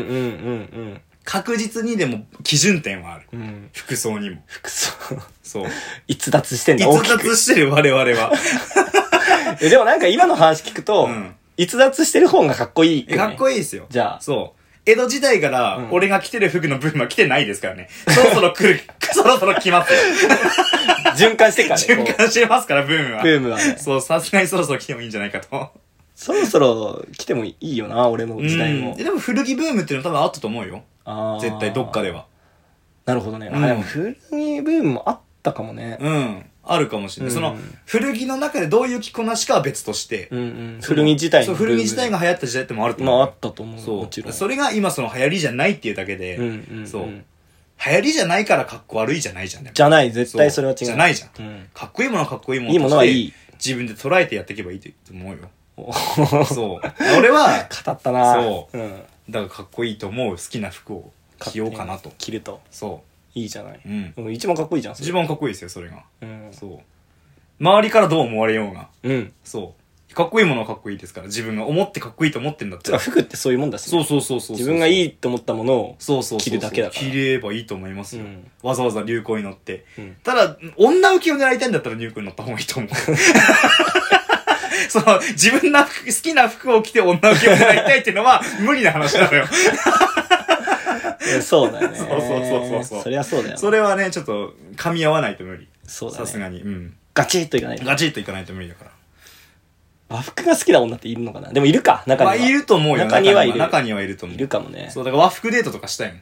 ん確実にでも基準点はある。うん。うん。服装にも。服装、 <laughs> そう。逸脱してんだ、大逸きく。脱してる我 <laughs> 々は。えでもなんか今の話聞くと、うん逸脱してる方がかっこいいよね、えかっこいいですよ。じゃあそう。江戸時代からん俺が着てる服の分は着てないですからね。そろそろ <laughs> 来る、そろそろ来ますよ。循環してっからね。 <laughs> 循環してますから、ブームは。こうブームはね。そう、さすがにそろそろ来てもいいんじゃないかと。そろそろ来てもいいよな、俺の時代うもん。でも古着ブームっていうのは多分あったと思うよ。あー絶対どっかで。は。なるほどね。うんあ、でも古着ブームもあったかもね。うん。あるかもしれない。うんその、古着の中でどういう着こなしかは別として。うんうん。古着自体そのう、ブーム古着自体が流行った時代ってもあるとま思う。ああったと思う。そう。もちろん。それが今その流行りじゃないっていうだけで、うんうんうん。そう流行りじゃないからかっこ悪いじゃないじゃんね。じゃない、絶対それは違う。じゃないじゃん。うん。かっこいいものはかっこいいものいいものはいいとして自分で捉えてやっていけばいいと思うよ。お <laughs> 語そう。俺は、ったなそううん。だからかっこいいと思う好きな服を着ようかなと。着ると。そ。。いいじゃないううん。うん。一番かっこいいじゃん、それ一番かっこいいですよ、それが。うん。そう。周りからどう思われようが。うん。そう。かっこいいものはかっこいいですから、自分が思ってかっこいいと思ってんだった。つうから服ってそういうもんだしね。そうそうそうそうそう。自分がいい。いと思ったものを、そうそうそ着うそう。るだけだから着ればいいと思いますよ。うんわざわざ流行に乗って。うんただ、女受けを狙いたいんだったら流行に乗った方がいいと思う。 <laughs> その、自分の服好きな服を着て女受けを狙いたいっていうのは無理な話な <laughs> のよ。うんそうだよね。 <laughs> そうそうそうそうそうそりゃそうだよ。それはね、ちょっと噛み合わないと無理。そうださすね。がに。うん。ガチッといかないと。ガチッといかないと無理だから。和服が好きな女っているのかなでもいるか中にまは。あ、いると思うよ。中にはいる中にはいると思。いうるかもねそ。う、だから和服デートとかしたい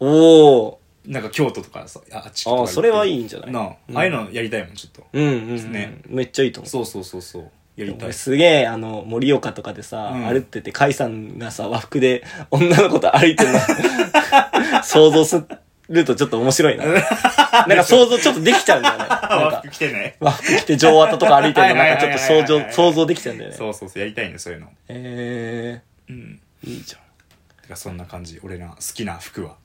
もん。おお。なんか京都とかさ、ああっちとか行あっあ、てそれはいいんじゃないなあ、うんああいうのやりたいもん、ちょっと。うんうんうん、ねめっちゃいいと思う。そうそうそうそう。やりたい俺。すげえ、あの、盛岡とかでさ、うん歩ってて、甲斐さんがさ、和服で女の子と歩いて <laughs> るの、想像するとちょっと面 <laughs> 白いな。なんか想像ちょっとできちゃうんだよね。なん和か服、着てね。和服着て上綿とか歩いてるの、なんかちょっと想はいはいはいはいは像、い想像できちゃうんだよね。そうそうそう、やりたいね、そういうの。えうん。ー、いいじゃん。てか、そんな感じ。俺ら好きな服は。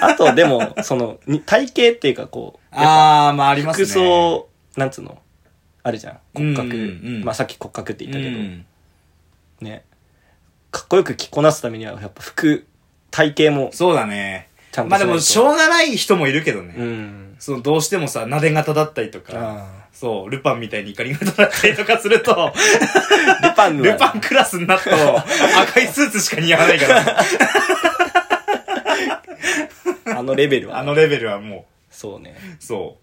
あと、でも、その、に体型っていうかこう、あー、まあありますね。服装、なんつうのあるじゃん骨格、うんうんうんまあさっき骨格って言ったけど、うんねかっこよく着こなすためにはやっぱ服体型もそうだね。ちゃんとまあでも、しょうがない人もいるけどうね。んその、どうしてもさ、撫で型だったりとか、あそう、ルパンみたいに怒り型だったりとかす <laughs> ると、ールパンはルパンクラスになる <laughs> と、赤いスーツしか似合わないから、あのレベルはあのレベルはもそうねう、そ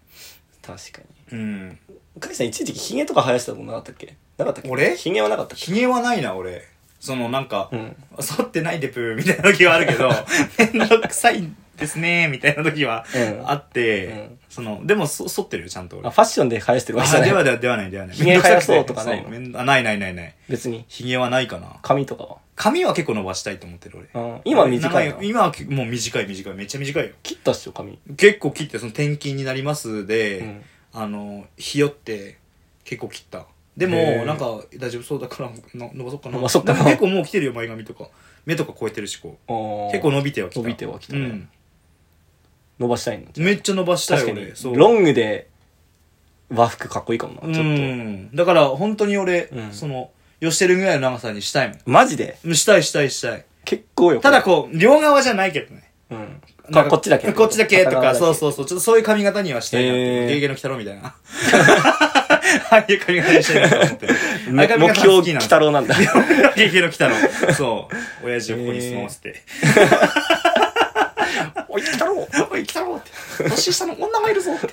確かにう。うん。かきさん一時期ヒゲとか生やしたことなかったっけなかったっけ俺ヒゲはなかったっけひげはないな、俺。その、なんか、うん剃ってないでプーみたいな時はある <laughs> けど、めんどくさいですねみたいな時はうんあって、うんその、でも、そ剃ってるよ、ちゃんと俺。あファッションで生やしてるわけじゃあ、なではいではではない、ではない。ひげめんどくさくて生やそうとかないのそうめんあないないないない。別にひげはないかな。髪とかは髪は結構伸ばしたいと思ってる、う俺。ん今短い長ない今は結構もう短い短い。めっちゃ短いよ。切ったっしょ髪結構切って、その転勤になりますで、うんあの、ひよって、結構切った。でへも、ーなんか、大丈夫そうだから、の伸ばそうかな。伸ばそうかなでも結構もう来てるよ、前髪とか。目とか超えてるし、こう。結結構伸びてはきた。伸びてはきたうねん。伸ばしたいのめっちゃ伸ばした確い、かに俺。そう。ロングで和服かっこいいかもなちょっとうん。だから、本当に俺、うんその、寄してるぐらいの長さにしたいもんマジでうん。したい、したい、したい。結構よ。ただこう、両側じゃないけどね。う、ん。なんかかこっちだけ。こっちだけと片側だか、そうそうそう。ちょっとそういう髪型にはしたいなってへーゲゲの鬼太郎みたいな。ああいう髪型にしたいなと思ってる。ああいうめ髪 <laughs> 目型が好標、き鬼な太郎なんだ。の。 <laughs> ゲゲの鬼太郎。そう。親父をここに住まわせて。おい、鬼太郎おい、鬼太郎って。年下の女がいるぞって。 <laughs>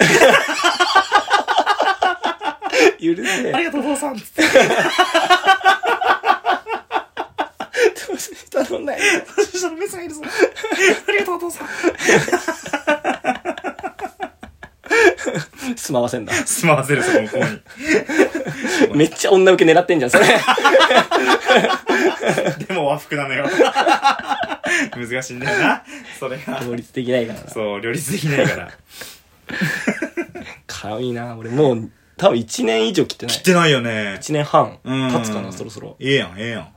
許せあえ。りがとう、お父さんっつって。年下のない。 <laughs> 年下のメスがいる <laughs> ぞ。ありがとう、お父さん。すまわせんだ。住まわせるぞ、向こう <laughs> に。めっちゃ女受け狙ってんじゃ <laughs> ん、それ。でも和服なのよ。難しいんだよな。それが。法律できないからな。そう、両立できな <laughs> いから。かわいいな。俺もう、多分1年以上着てない切っ。てないよね。 1年半。うん経つかな、そろそろ。ええやん、ええやん。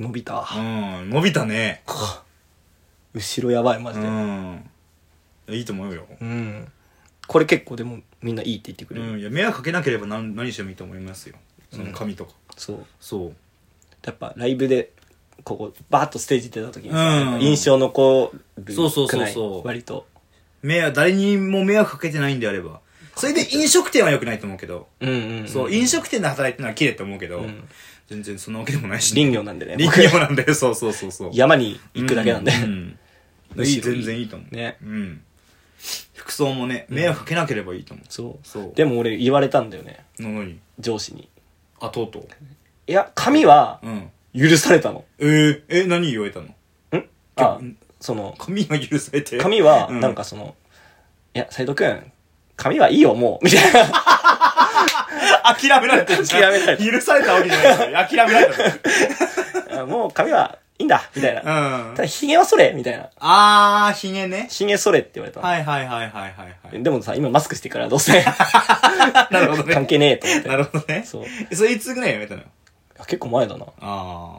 伸びた。うん、伸びたね。か後ろやばい、マうジで。ん。いいと思うよ。うん。これ結構でもみんないいって言ってくうれる。ん、いや、迷惑かけなければ何何してもいいと思いますよ。その髪とか。そう。そう。やっぱライブでここバーッとステージ出た時にさ、うんやっぱ印象残るそうそうそうそうくない割と迷惑、誰にも迷惑かけてないんであれば。それで飲食店は良くないと思うけど。うんうん、うん、そう、飲食店で働いてるのは綺麗と思うけど、うん全然そんなわけでもないし、林業なんでね林業なんだよ、そうそうそうそう。僕山に行くだけなんで、う <laughs> うんむいしい、ろいい全然いいと思う。ねうん。服装もね、迷惑かけなければいいと思う。そうそうでも俺言われたんだよねなのに。上司にあ、とうとう。いや髪はうん。許されたの、えー、え、何言われたのあうんその髪は許されて。髪はうんなんかその、いや斎藤君髪はいいよもうみたいな <laughs> 諦められてるじゃん。諦められ許されたわけじゃないから諦められ <laughs> あもう髪はいいんだみたいな、たの。 <laughs> うんた。だひげはそれみたいなあー、ひげね。ひげそれって言われたの、はいはいはいはいはいはい。でもさ今マスクしてるからどうせ <laughs> なるほど関係ね。ねえと思ってなるほどね。そういそれいつぐらいやめたのよ。や結構前だなああ。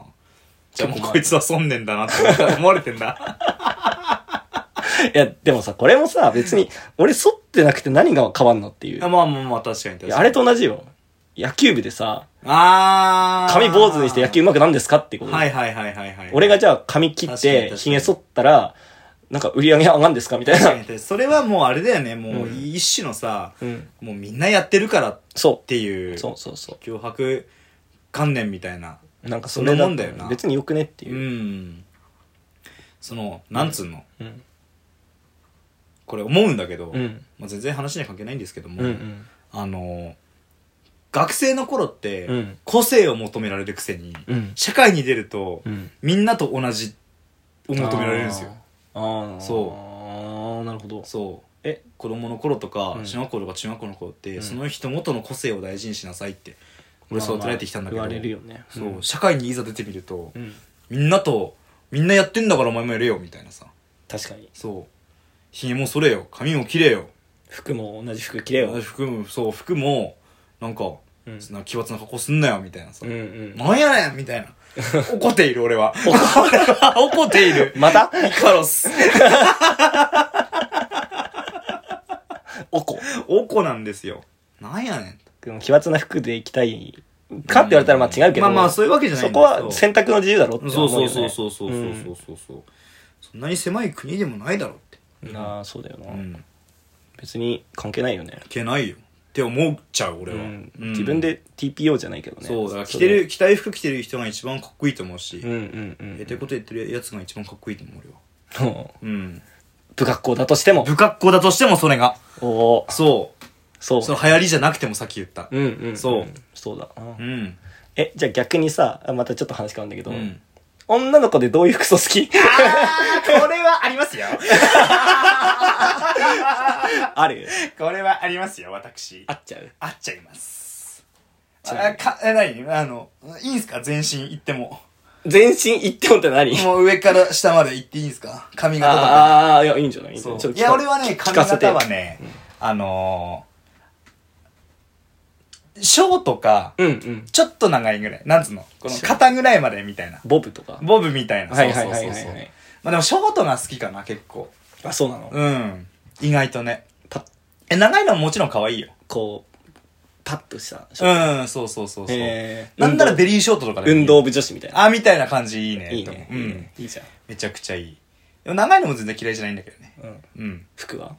じゃあもう結構前こいつは損ねんだなって思われてん <laughs> だ。いや、でもさ、これもさ、別に、俺剃ってなくて何が変わんのっていう。あまあまあまあ、確かに確かいに。やあれと同じよ。野球部でさ、あー。髪坊主にして野球うまくなんですかってこと。はいはいはいはいはい。俺がじゃあ髪切っ確かに確て、かに髭剃ったら、なんか売り上げ上がるんですかみたい確かにな。確かにそれはもうあれだよね、もううん一種のさ、うん。もうみんなやってるからっそていうう。、そうそうそ脅迫観念みたいな。う。なんかそそんれなだったもんだよな別によくねっていうう。ん。その、なんつうの、うん。これ思うんだけど、うん。まあ、全然話には関係ないんですけども、うん。うん。あの、学生の頃って、うん個性を求められるくせに、うん。社会に出ると、うん。みんなと同じを求められるんですよ。あー。あーそうあーなるほど。そう。え子供の頃とか、うん小学校とか中学校の頃って、うんその人元の個性を大事にしなさいって、俺そう捉えてきたんだけど。まあまあ言われるよね。そう、社会にいざ出てみると、うん。うん。みんなと、みんなやってんだからお前もやれよ、みたいなさ。確かに。そう。ひげもそれよ、髪も切れよ。服も同じ服着れよ。服も、そう、服も、なんか、うんそんな奇抜な格好すんなよ、みたいなさ。うんうん。なんやねんみた <laughs> いな。怒っている、俺は。俺は怒っている。またイカロス。おこ。おこなんですよ。なんやねん。でも奇抜な服で行きたいかって言われたらまあ違うけど、まあまあ、そういうわけじゃないそんこだけはど選択の自由だろってそう思うそよ、うね、そうそうそうそうそうそうそう、そんなに狭い国でもないだろうってうんなあそうだよな、うんい別に関係ないよねけないよって思っちゃう俺うは、んうん自分で TPO じゃないけどねそうだから着そてれる着たい服着てる人が一番かっこいいと思うし、うんうんうん <laughs> やりたいこと言ってるやつが一番かっこいいと思う俺はうんうん不学校だとしても不格好だとしてもそれがおおそうそうその流行りじゃなくてもさっき言ったうんうんそうそうだなうん、えじゃあ逆にさあまたちょっと話変わるんだけど、うん女の子でどういう服装好き <laughs> あーこれはありますよあるこれはありますよ私あっちゃうあっちゃいますちなみあにかえ何あのいいんすか全身いっても全身行ってもって何もう上から下まで行っていいんですか髪型とか。ああいやいいんじゃないいいんじゃそ。ないういちょっとや、俺はね、聞髪かせて型はね、あのー、ショーとか、うんうんちょっと長いぐらい。なんつうのこの肩ぐらいまでみたいな。ボブとかボブみたいな。はいそはういそうはいはそうそう。い、はい、まあでも、ショートが好きかな、結構。あそうなの、うん。意外とね。パッえ、長いのももちろん可愛いよ。こうパッとした、うん、そうそうそうそう。えーなんなら運動ベリーショートとかでもいい運動部女子みたいなあ、みたいな感じいいね。いいね、ういいんね。いいじゃん、めちゃくちゃいい。でも長いのも全然嫌いじゃないんだけどね。うん、うん。服は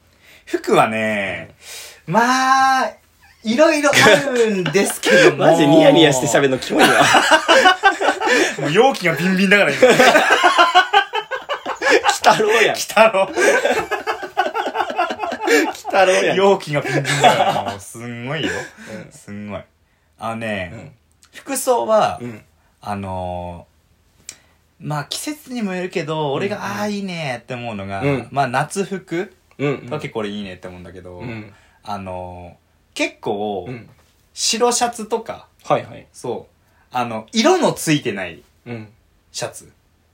服はね、まあ、いろいろあるんですけど <laughs> も。マジでニヤニヤして喋るのキモい <laughs> わもう容器がビンビンだから今。来来たろうやん来たろ。たろうやん容器がビンビンだからもう、すんごいよ。すんごい。あのね、服装は、うんあのーまあ季節にもよるけど、俺が、ああ、いいねって思うのが、うんまあ夏服うんは結構俺いいねって思うんだけど、うんあのー結構、うん白シャツとか、はいはいそう、あの、色のついてないうんシャツ。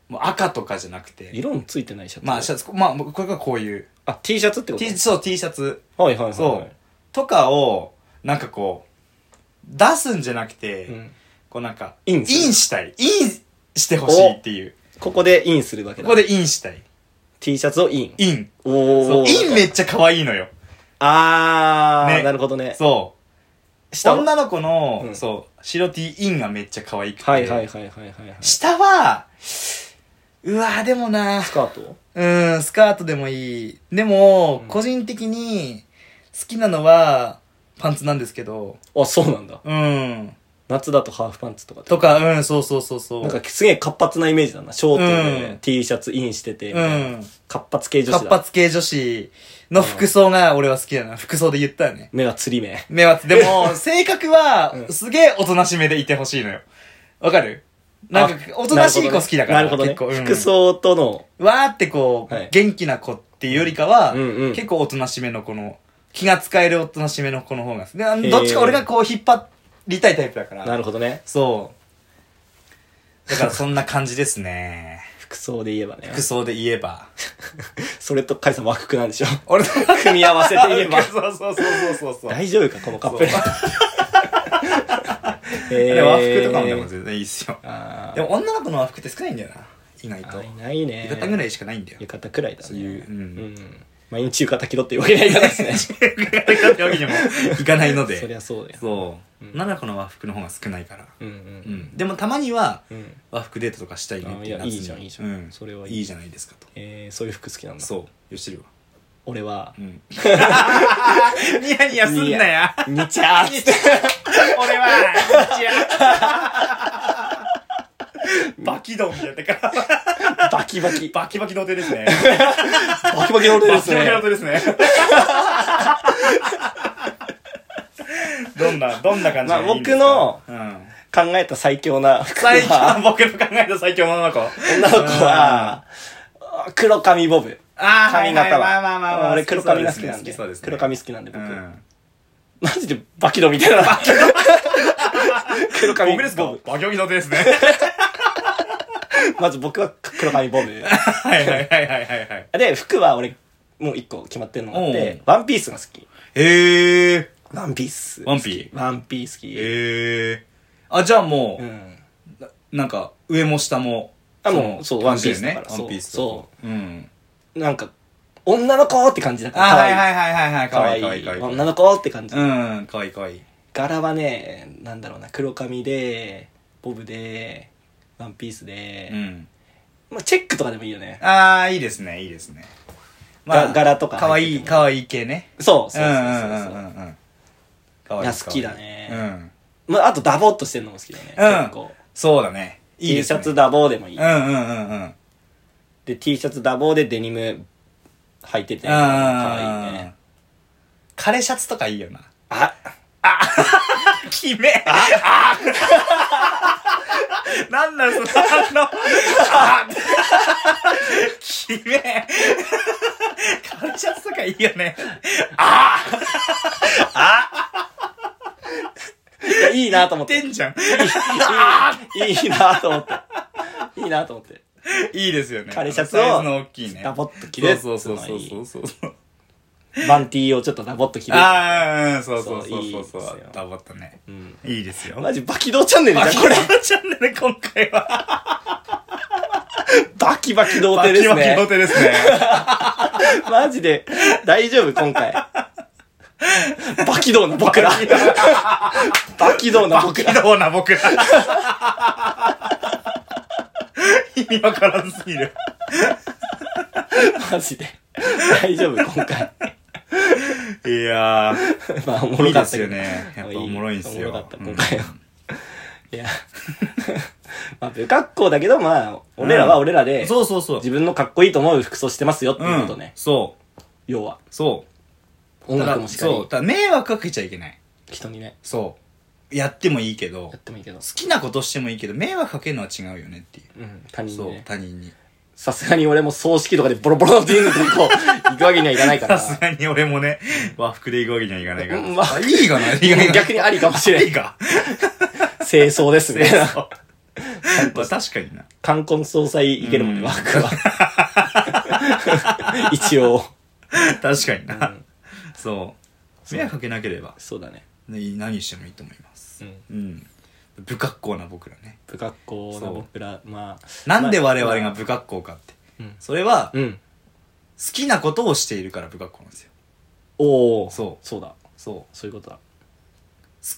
もう赤とかじゃなくて。色のついてないシャツまあ、シャツ、まあ、これがこういう。あ T シャツってこと T、そう、T シャツはいはいはいはいそうとかを、なんかこう、出すんじゃなくて、うんこうなんか、インするインしたい。インしてほしいっていう。ここでインするわけこだこでインしたい。 T シャツをインイン。おそうおインめっちゃ可愛いのよ。あー、ねなるほどねそ下は女の子の、うんそう、白 T インがめっちゃ可愛くて。はいはいはいはいはいはい下は、うわーでもなスカートうん、スカートでもいい。でも、うん個人的に好きなのは、パンツなんですけど、あそうなんだうん。夏だとハーフパンツとかってとか、うん、そうそうそうそう。なんかすげえ活発なイメージだなショートうでん T シャツインしててみうたいな、ん。活発系女子活だ発系女子の服装が俺は好きだな。服装で言ったよね。目がつり目目はつ、<laughs> でも、性格はう、んすげえおとなしめでいてほしいのよ。わかるなんか、おとなしい子好きだから。なるほどね結構、うん服装とのわーってこう、はい元気な子っていうよりかは、うんうん結構おとなしめの子の、気が使えるおとなしめの子の方が好きであのへーどっちか俺がこう引っ張りたいタイプだから。なるほどねそう。だからそんな感じです <laughs> ね。服装で言えばね服装で言えば。それとカイさん枠なんでしょ <laughs> 俺の組み合わせて言え <laughs> ばそうそうそうそうそう。大丈夫かこのカップルえ <laughs> でも和服とかもでも全然いいっすよ。あーでも女の子の和服って少ないんだよな。意外あと。いないね浴衣ぐらいしかないんだよ。浴衣くらいだねそういううんん毎日浴衣着ろっていうわけにはいかない <laughs> ですね浴衣ってわけにも <laughs> いかないので。そりゃそうだよそう、うん女の子の和服の方が少ないから、うんううんん、でもたまにはうん、うん和服デートとかしたいねってあいや夏にいいじゃんいいじゃんうん、それはいいいいじゃないですかとえー、そういう服好きなんだそうよしてるわ俺はうん <laughs> ニヤニヤすんなやにちゃーっつって俺はニヤ <laughs> バキドンってやってからバキバキバキバキの手ですねバキバキの俺バでキすバキのね手ですね <laughs> どんなどんな感じがいいんですか、まあ僕の、うん、考えた最強な服最は強 <laughs> 僕の考えた最強の女の子女の子は黒髪ボブあー髪型はいはいまあまあまあまあは俺黒髪が好きなん好きでそうですね黒髪好きなんでう僕んマジでバキドみたいな黒髪僕ですかボブバキョギの手 <laughs> ですねまず僕は黒髪ボブはいはいはいはいはいはいで、服は俺、もう一個決まってるのがあっおうて、ワンピースが好き。へえワンピース。ワンピワンピース好き。へえあじゃあもう。うんなんか上も下もあもうそうワンピースだねからワンピースそううんなんか、女の子って感じだから。あはいい。はいはいはいはい可かわ愛いいかわいいいかわいい女の子って感じ。うんかわいいかわいい柄はね、なんだろうな、黒髪で、ボブで、ワンピースでう、んまあチェックとかでもいいよね。ああいいですねいいですねが柄とかかわい入ってていもかわいい系ねそううそうそうんうそんううんそうう。んうんかわいや好きだねうんまああと、ダボっとしてるのも好きだね。うん結構。そうだねいい T ですシねャツダボでもいいうん。うんうんうんで、T シャツダボでデニム履いてて、うん可愛いね。枯れシャツとかいいよな。あ、キメああ <laughs> なんなんその、あの、あキメ枯れシャツとかいいよね。いやいいなと思って。 <laughs> てんじゃん。いいなと思って。いいなと思って。いいですよね。枯れシャツをサイズの大きいね。ダボっと着るそうそうそうつまそうそうそりう。バンティーをちょっとダボっと着る。ああ、うんそうそうそそうういいそでうすそよう。ダボったね。うん。いいですよ。マジバキドチャンネルじゃん、これ。れ。チャンネル今回は。バキバキ童貞ですバキバキ童ね。貞ですね。 <laughs> マジで、大丈夫、今回。バキドな僕ら。 <laughs> バキドな僕軌ら。道な僕ら。意味わからんすぎる。マジで。大丈夫、今回。いやー、まあ、おもいろいかでったすけよど。ね。やっぱおもろいんすよ。おもろかった、うん今回は。いや。 <laughs> まあ、不格好だけど、まあ、俺らは俺らで、そうそうそう自。分のかっこいいと思う服装してますよってういうんことね。そう。要は。そう。音だか楽らもしっかりそう。だから迷惑かけちゃいけない。人にねそう。やってもいいけどやっ、てもいいけど好、きなことしてもいいけど、迷惑かけるのは違うよねっていうん、他う。人そにう、ね他人に。さすがに俺も葬式とかでボロボロのディーンズにこう行くわけにはいかないかさらすがに俺もね、和服で行くわけにはいかないかうんら。まああいいかな、いいかな。逆にありかもしれい <laughs> んいか。清掃ですみたいなそうまあ確かにな。冠婚葬祭行けるもんねうんワークは <laughs> 一応、確かにうな。ん、そう。迷惑かけなければ、そうだね、ね何してもいいと思いますう。ん、うん。不格好な僕らね。不格好なそう僕らまあなんで我々が不格好かって。うん、それは、好うん、きなことをしているから不格好なんですよ。おおそうそうだそそういうことだう。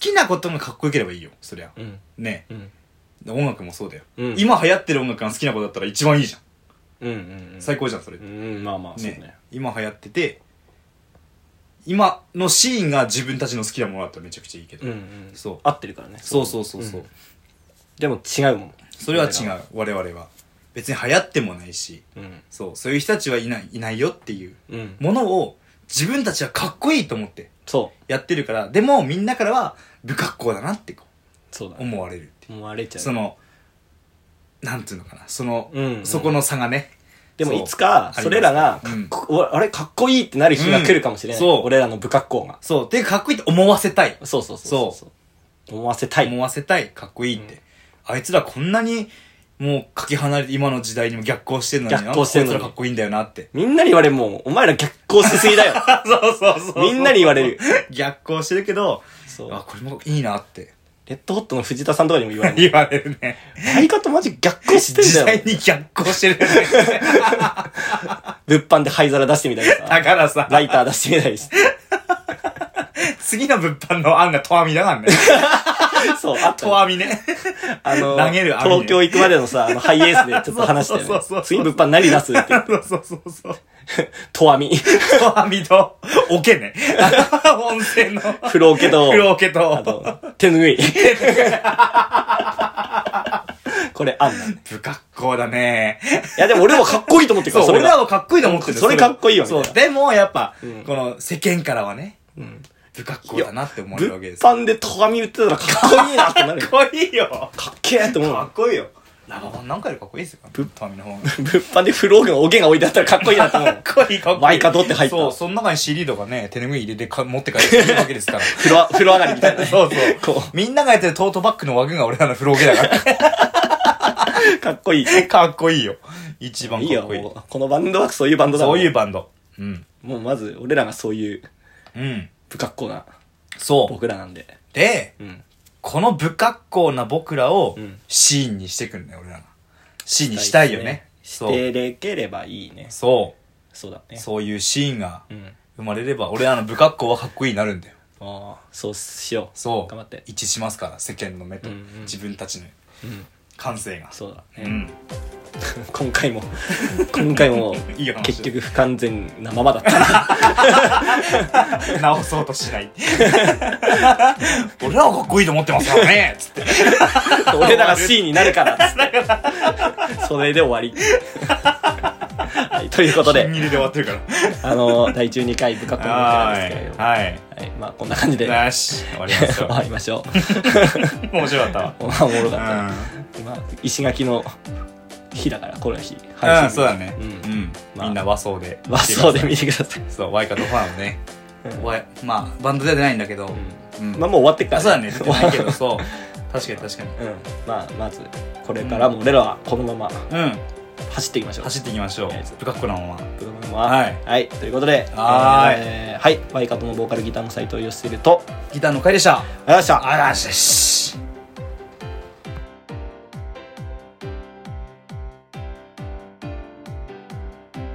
きなことがかっこよければいいよ、そりゃ。うんねうん音楽もそうだよ、うん今流行ってる音楽が好きなことだったら一番いいじゃん。うんうんうん最高じゃん、それ。うんまあまあそうねね今流行ってて、今のシーンが自分たちの好きなものだったらめちゃくちゃいいけど。うんうんそう合ってるからねそうそうそうそう。んでも違うもんそれは違う、我々は。別に流行ってもないし、うんそう、そういう人たちはいない、いないよっていううんものを自分たちはかっこいいと思ってそうやってるから、でもみんなからは不格好だなってこそうだうね思われるっていう。思われちゃそうの、なんていうのかな、その、うんうんそこの差がね。でもそういつかありますそれらがかっこあれかっこいいってなる日が来るかもしれないうんそう俺らの不格好がそう、で、かっこいいって思わせたい。そうそうそうそう思わせたい思わせたい、かっこいいって。あいつらこんなに、もう、かけ離れて、今の時代にも逆行してるのにな、逆行してんのにこいつらかっこいいんだよなって。みんなに言われるもんお前ら逆行しすぎだよ <laughs> そうそうそうみんなに言わ <laughs> れる。逆行してるけど、そうあ、これもいいなって。レッドホットの藤田さんとかにも言われる言われるね。相方マジ逆行してん時だよ代に逆行してるよね。物販で灰皿出してみたりさ <laughs> だからさ、ライター出してみたりして次の物販の案がとわみだ <laughs> からね。そうあととわみね。あの投げる網ね東京行くまでのさあのハイエースでちょっと話してそうそうそうそう次物販何出すって <laughs> そうそうそうそう。とわみとわみと、おけ <laughs> ね。温泉の。風呂桶と風呂おけあと、と手ぬぐいこれあんなんい不格好だね。やでも俺もかっこいいと思ってるかそらそれう、俺がらはかっこいいと思ってるそれかっこいいよねそう、でもやっぱん、この世間からはね、うん不格好だなって思わ物れるわけです。か販でとがみ売ってたらかっこいいなってなるっよこいいよ。かっけえって思うかわっこいいよ。生本なんかよりかっこいいですよ。ぶっとわみの方が。物販で不老具のおげんが置いてあったらかっこいいなって思かう <laughs> っこいい、かっこいい。ワイカドって入ったそう、その中に CD とかね、手拭い入れてか持って帰ってくるわけですから。 <laughs> 風呂風呂上がりみたいなねそうそう。こみんながやってるトートバッグの枠が俺らの風呂桶だかう <laughs> かっこいいら。かっこいいよ。一番いいかよっこいい。もうこのバンドはそういうバンドだそういうババンド。うん。もうまず俺らがそういううん。不格好なそ僕らなんでう。で、うんこの不格好な僕らをうんシーンにしてくんだよ、俺らが。シーンにしたいよね。しそう。てれければいいねそそうだう。ねそういうシーンがうん生まれれば、俺らの不格好はかっこいいになるんだよ。ああそうしようそう。頑張って一致しますから、世間の目とうんうん自分たちのうん感性が。そうだうね、ん。今回も今回もいい話だ結局不完全なままだったな <laughs> 直そうとしない。 <laughs> 俺らはかっこいいと思ってますからねつって。俺らが C になるからっつって <laughs> それで終わり、はい、ということピでン入れで終わってるから。あの第12回部活動のは会ですけい。どはい。はい、まあこんな感じでよし、終わりまし <laughs> 終わた。りましょ面白かったわ <laughs> う。おもろうかっんた、今石垣の日だからこの日うん、そうだね。ううんん。まあみんな和装で。まあそうで見てください、 <laughs> そう、ワイカとファンをねうん。ワイまあ、バンドでは出ないんだけど。うんまあもう終わってっからあそう <laughs> だね。出てないけど、そう。確かに確かに。うん、まあまずこれからも俺らはこのままうん。走っていきましょう走っていきましょうとりあえず。不格好なまま。このままはいはい、ということではーいえーはいワイカトのボーカルギターの斉藤義輝とありがとうギターの回でした。ございましたあらしよし。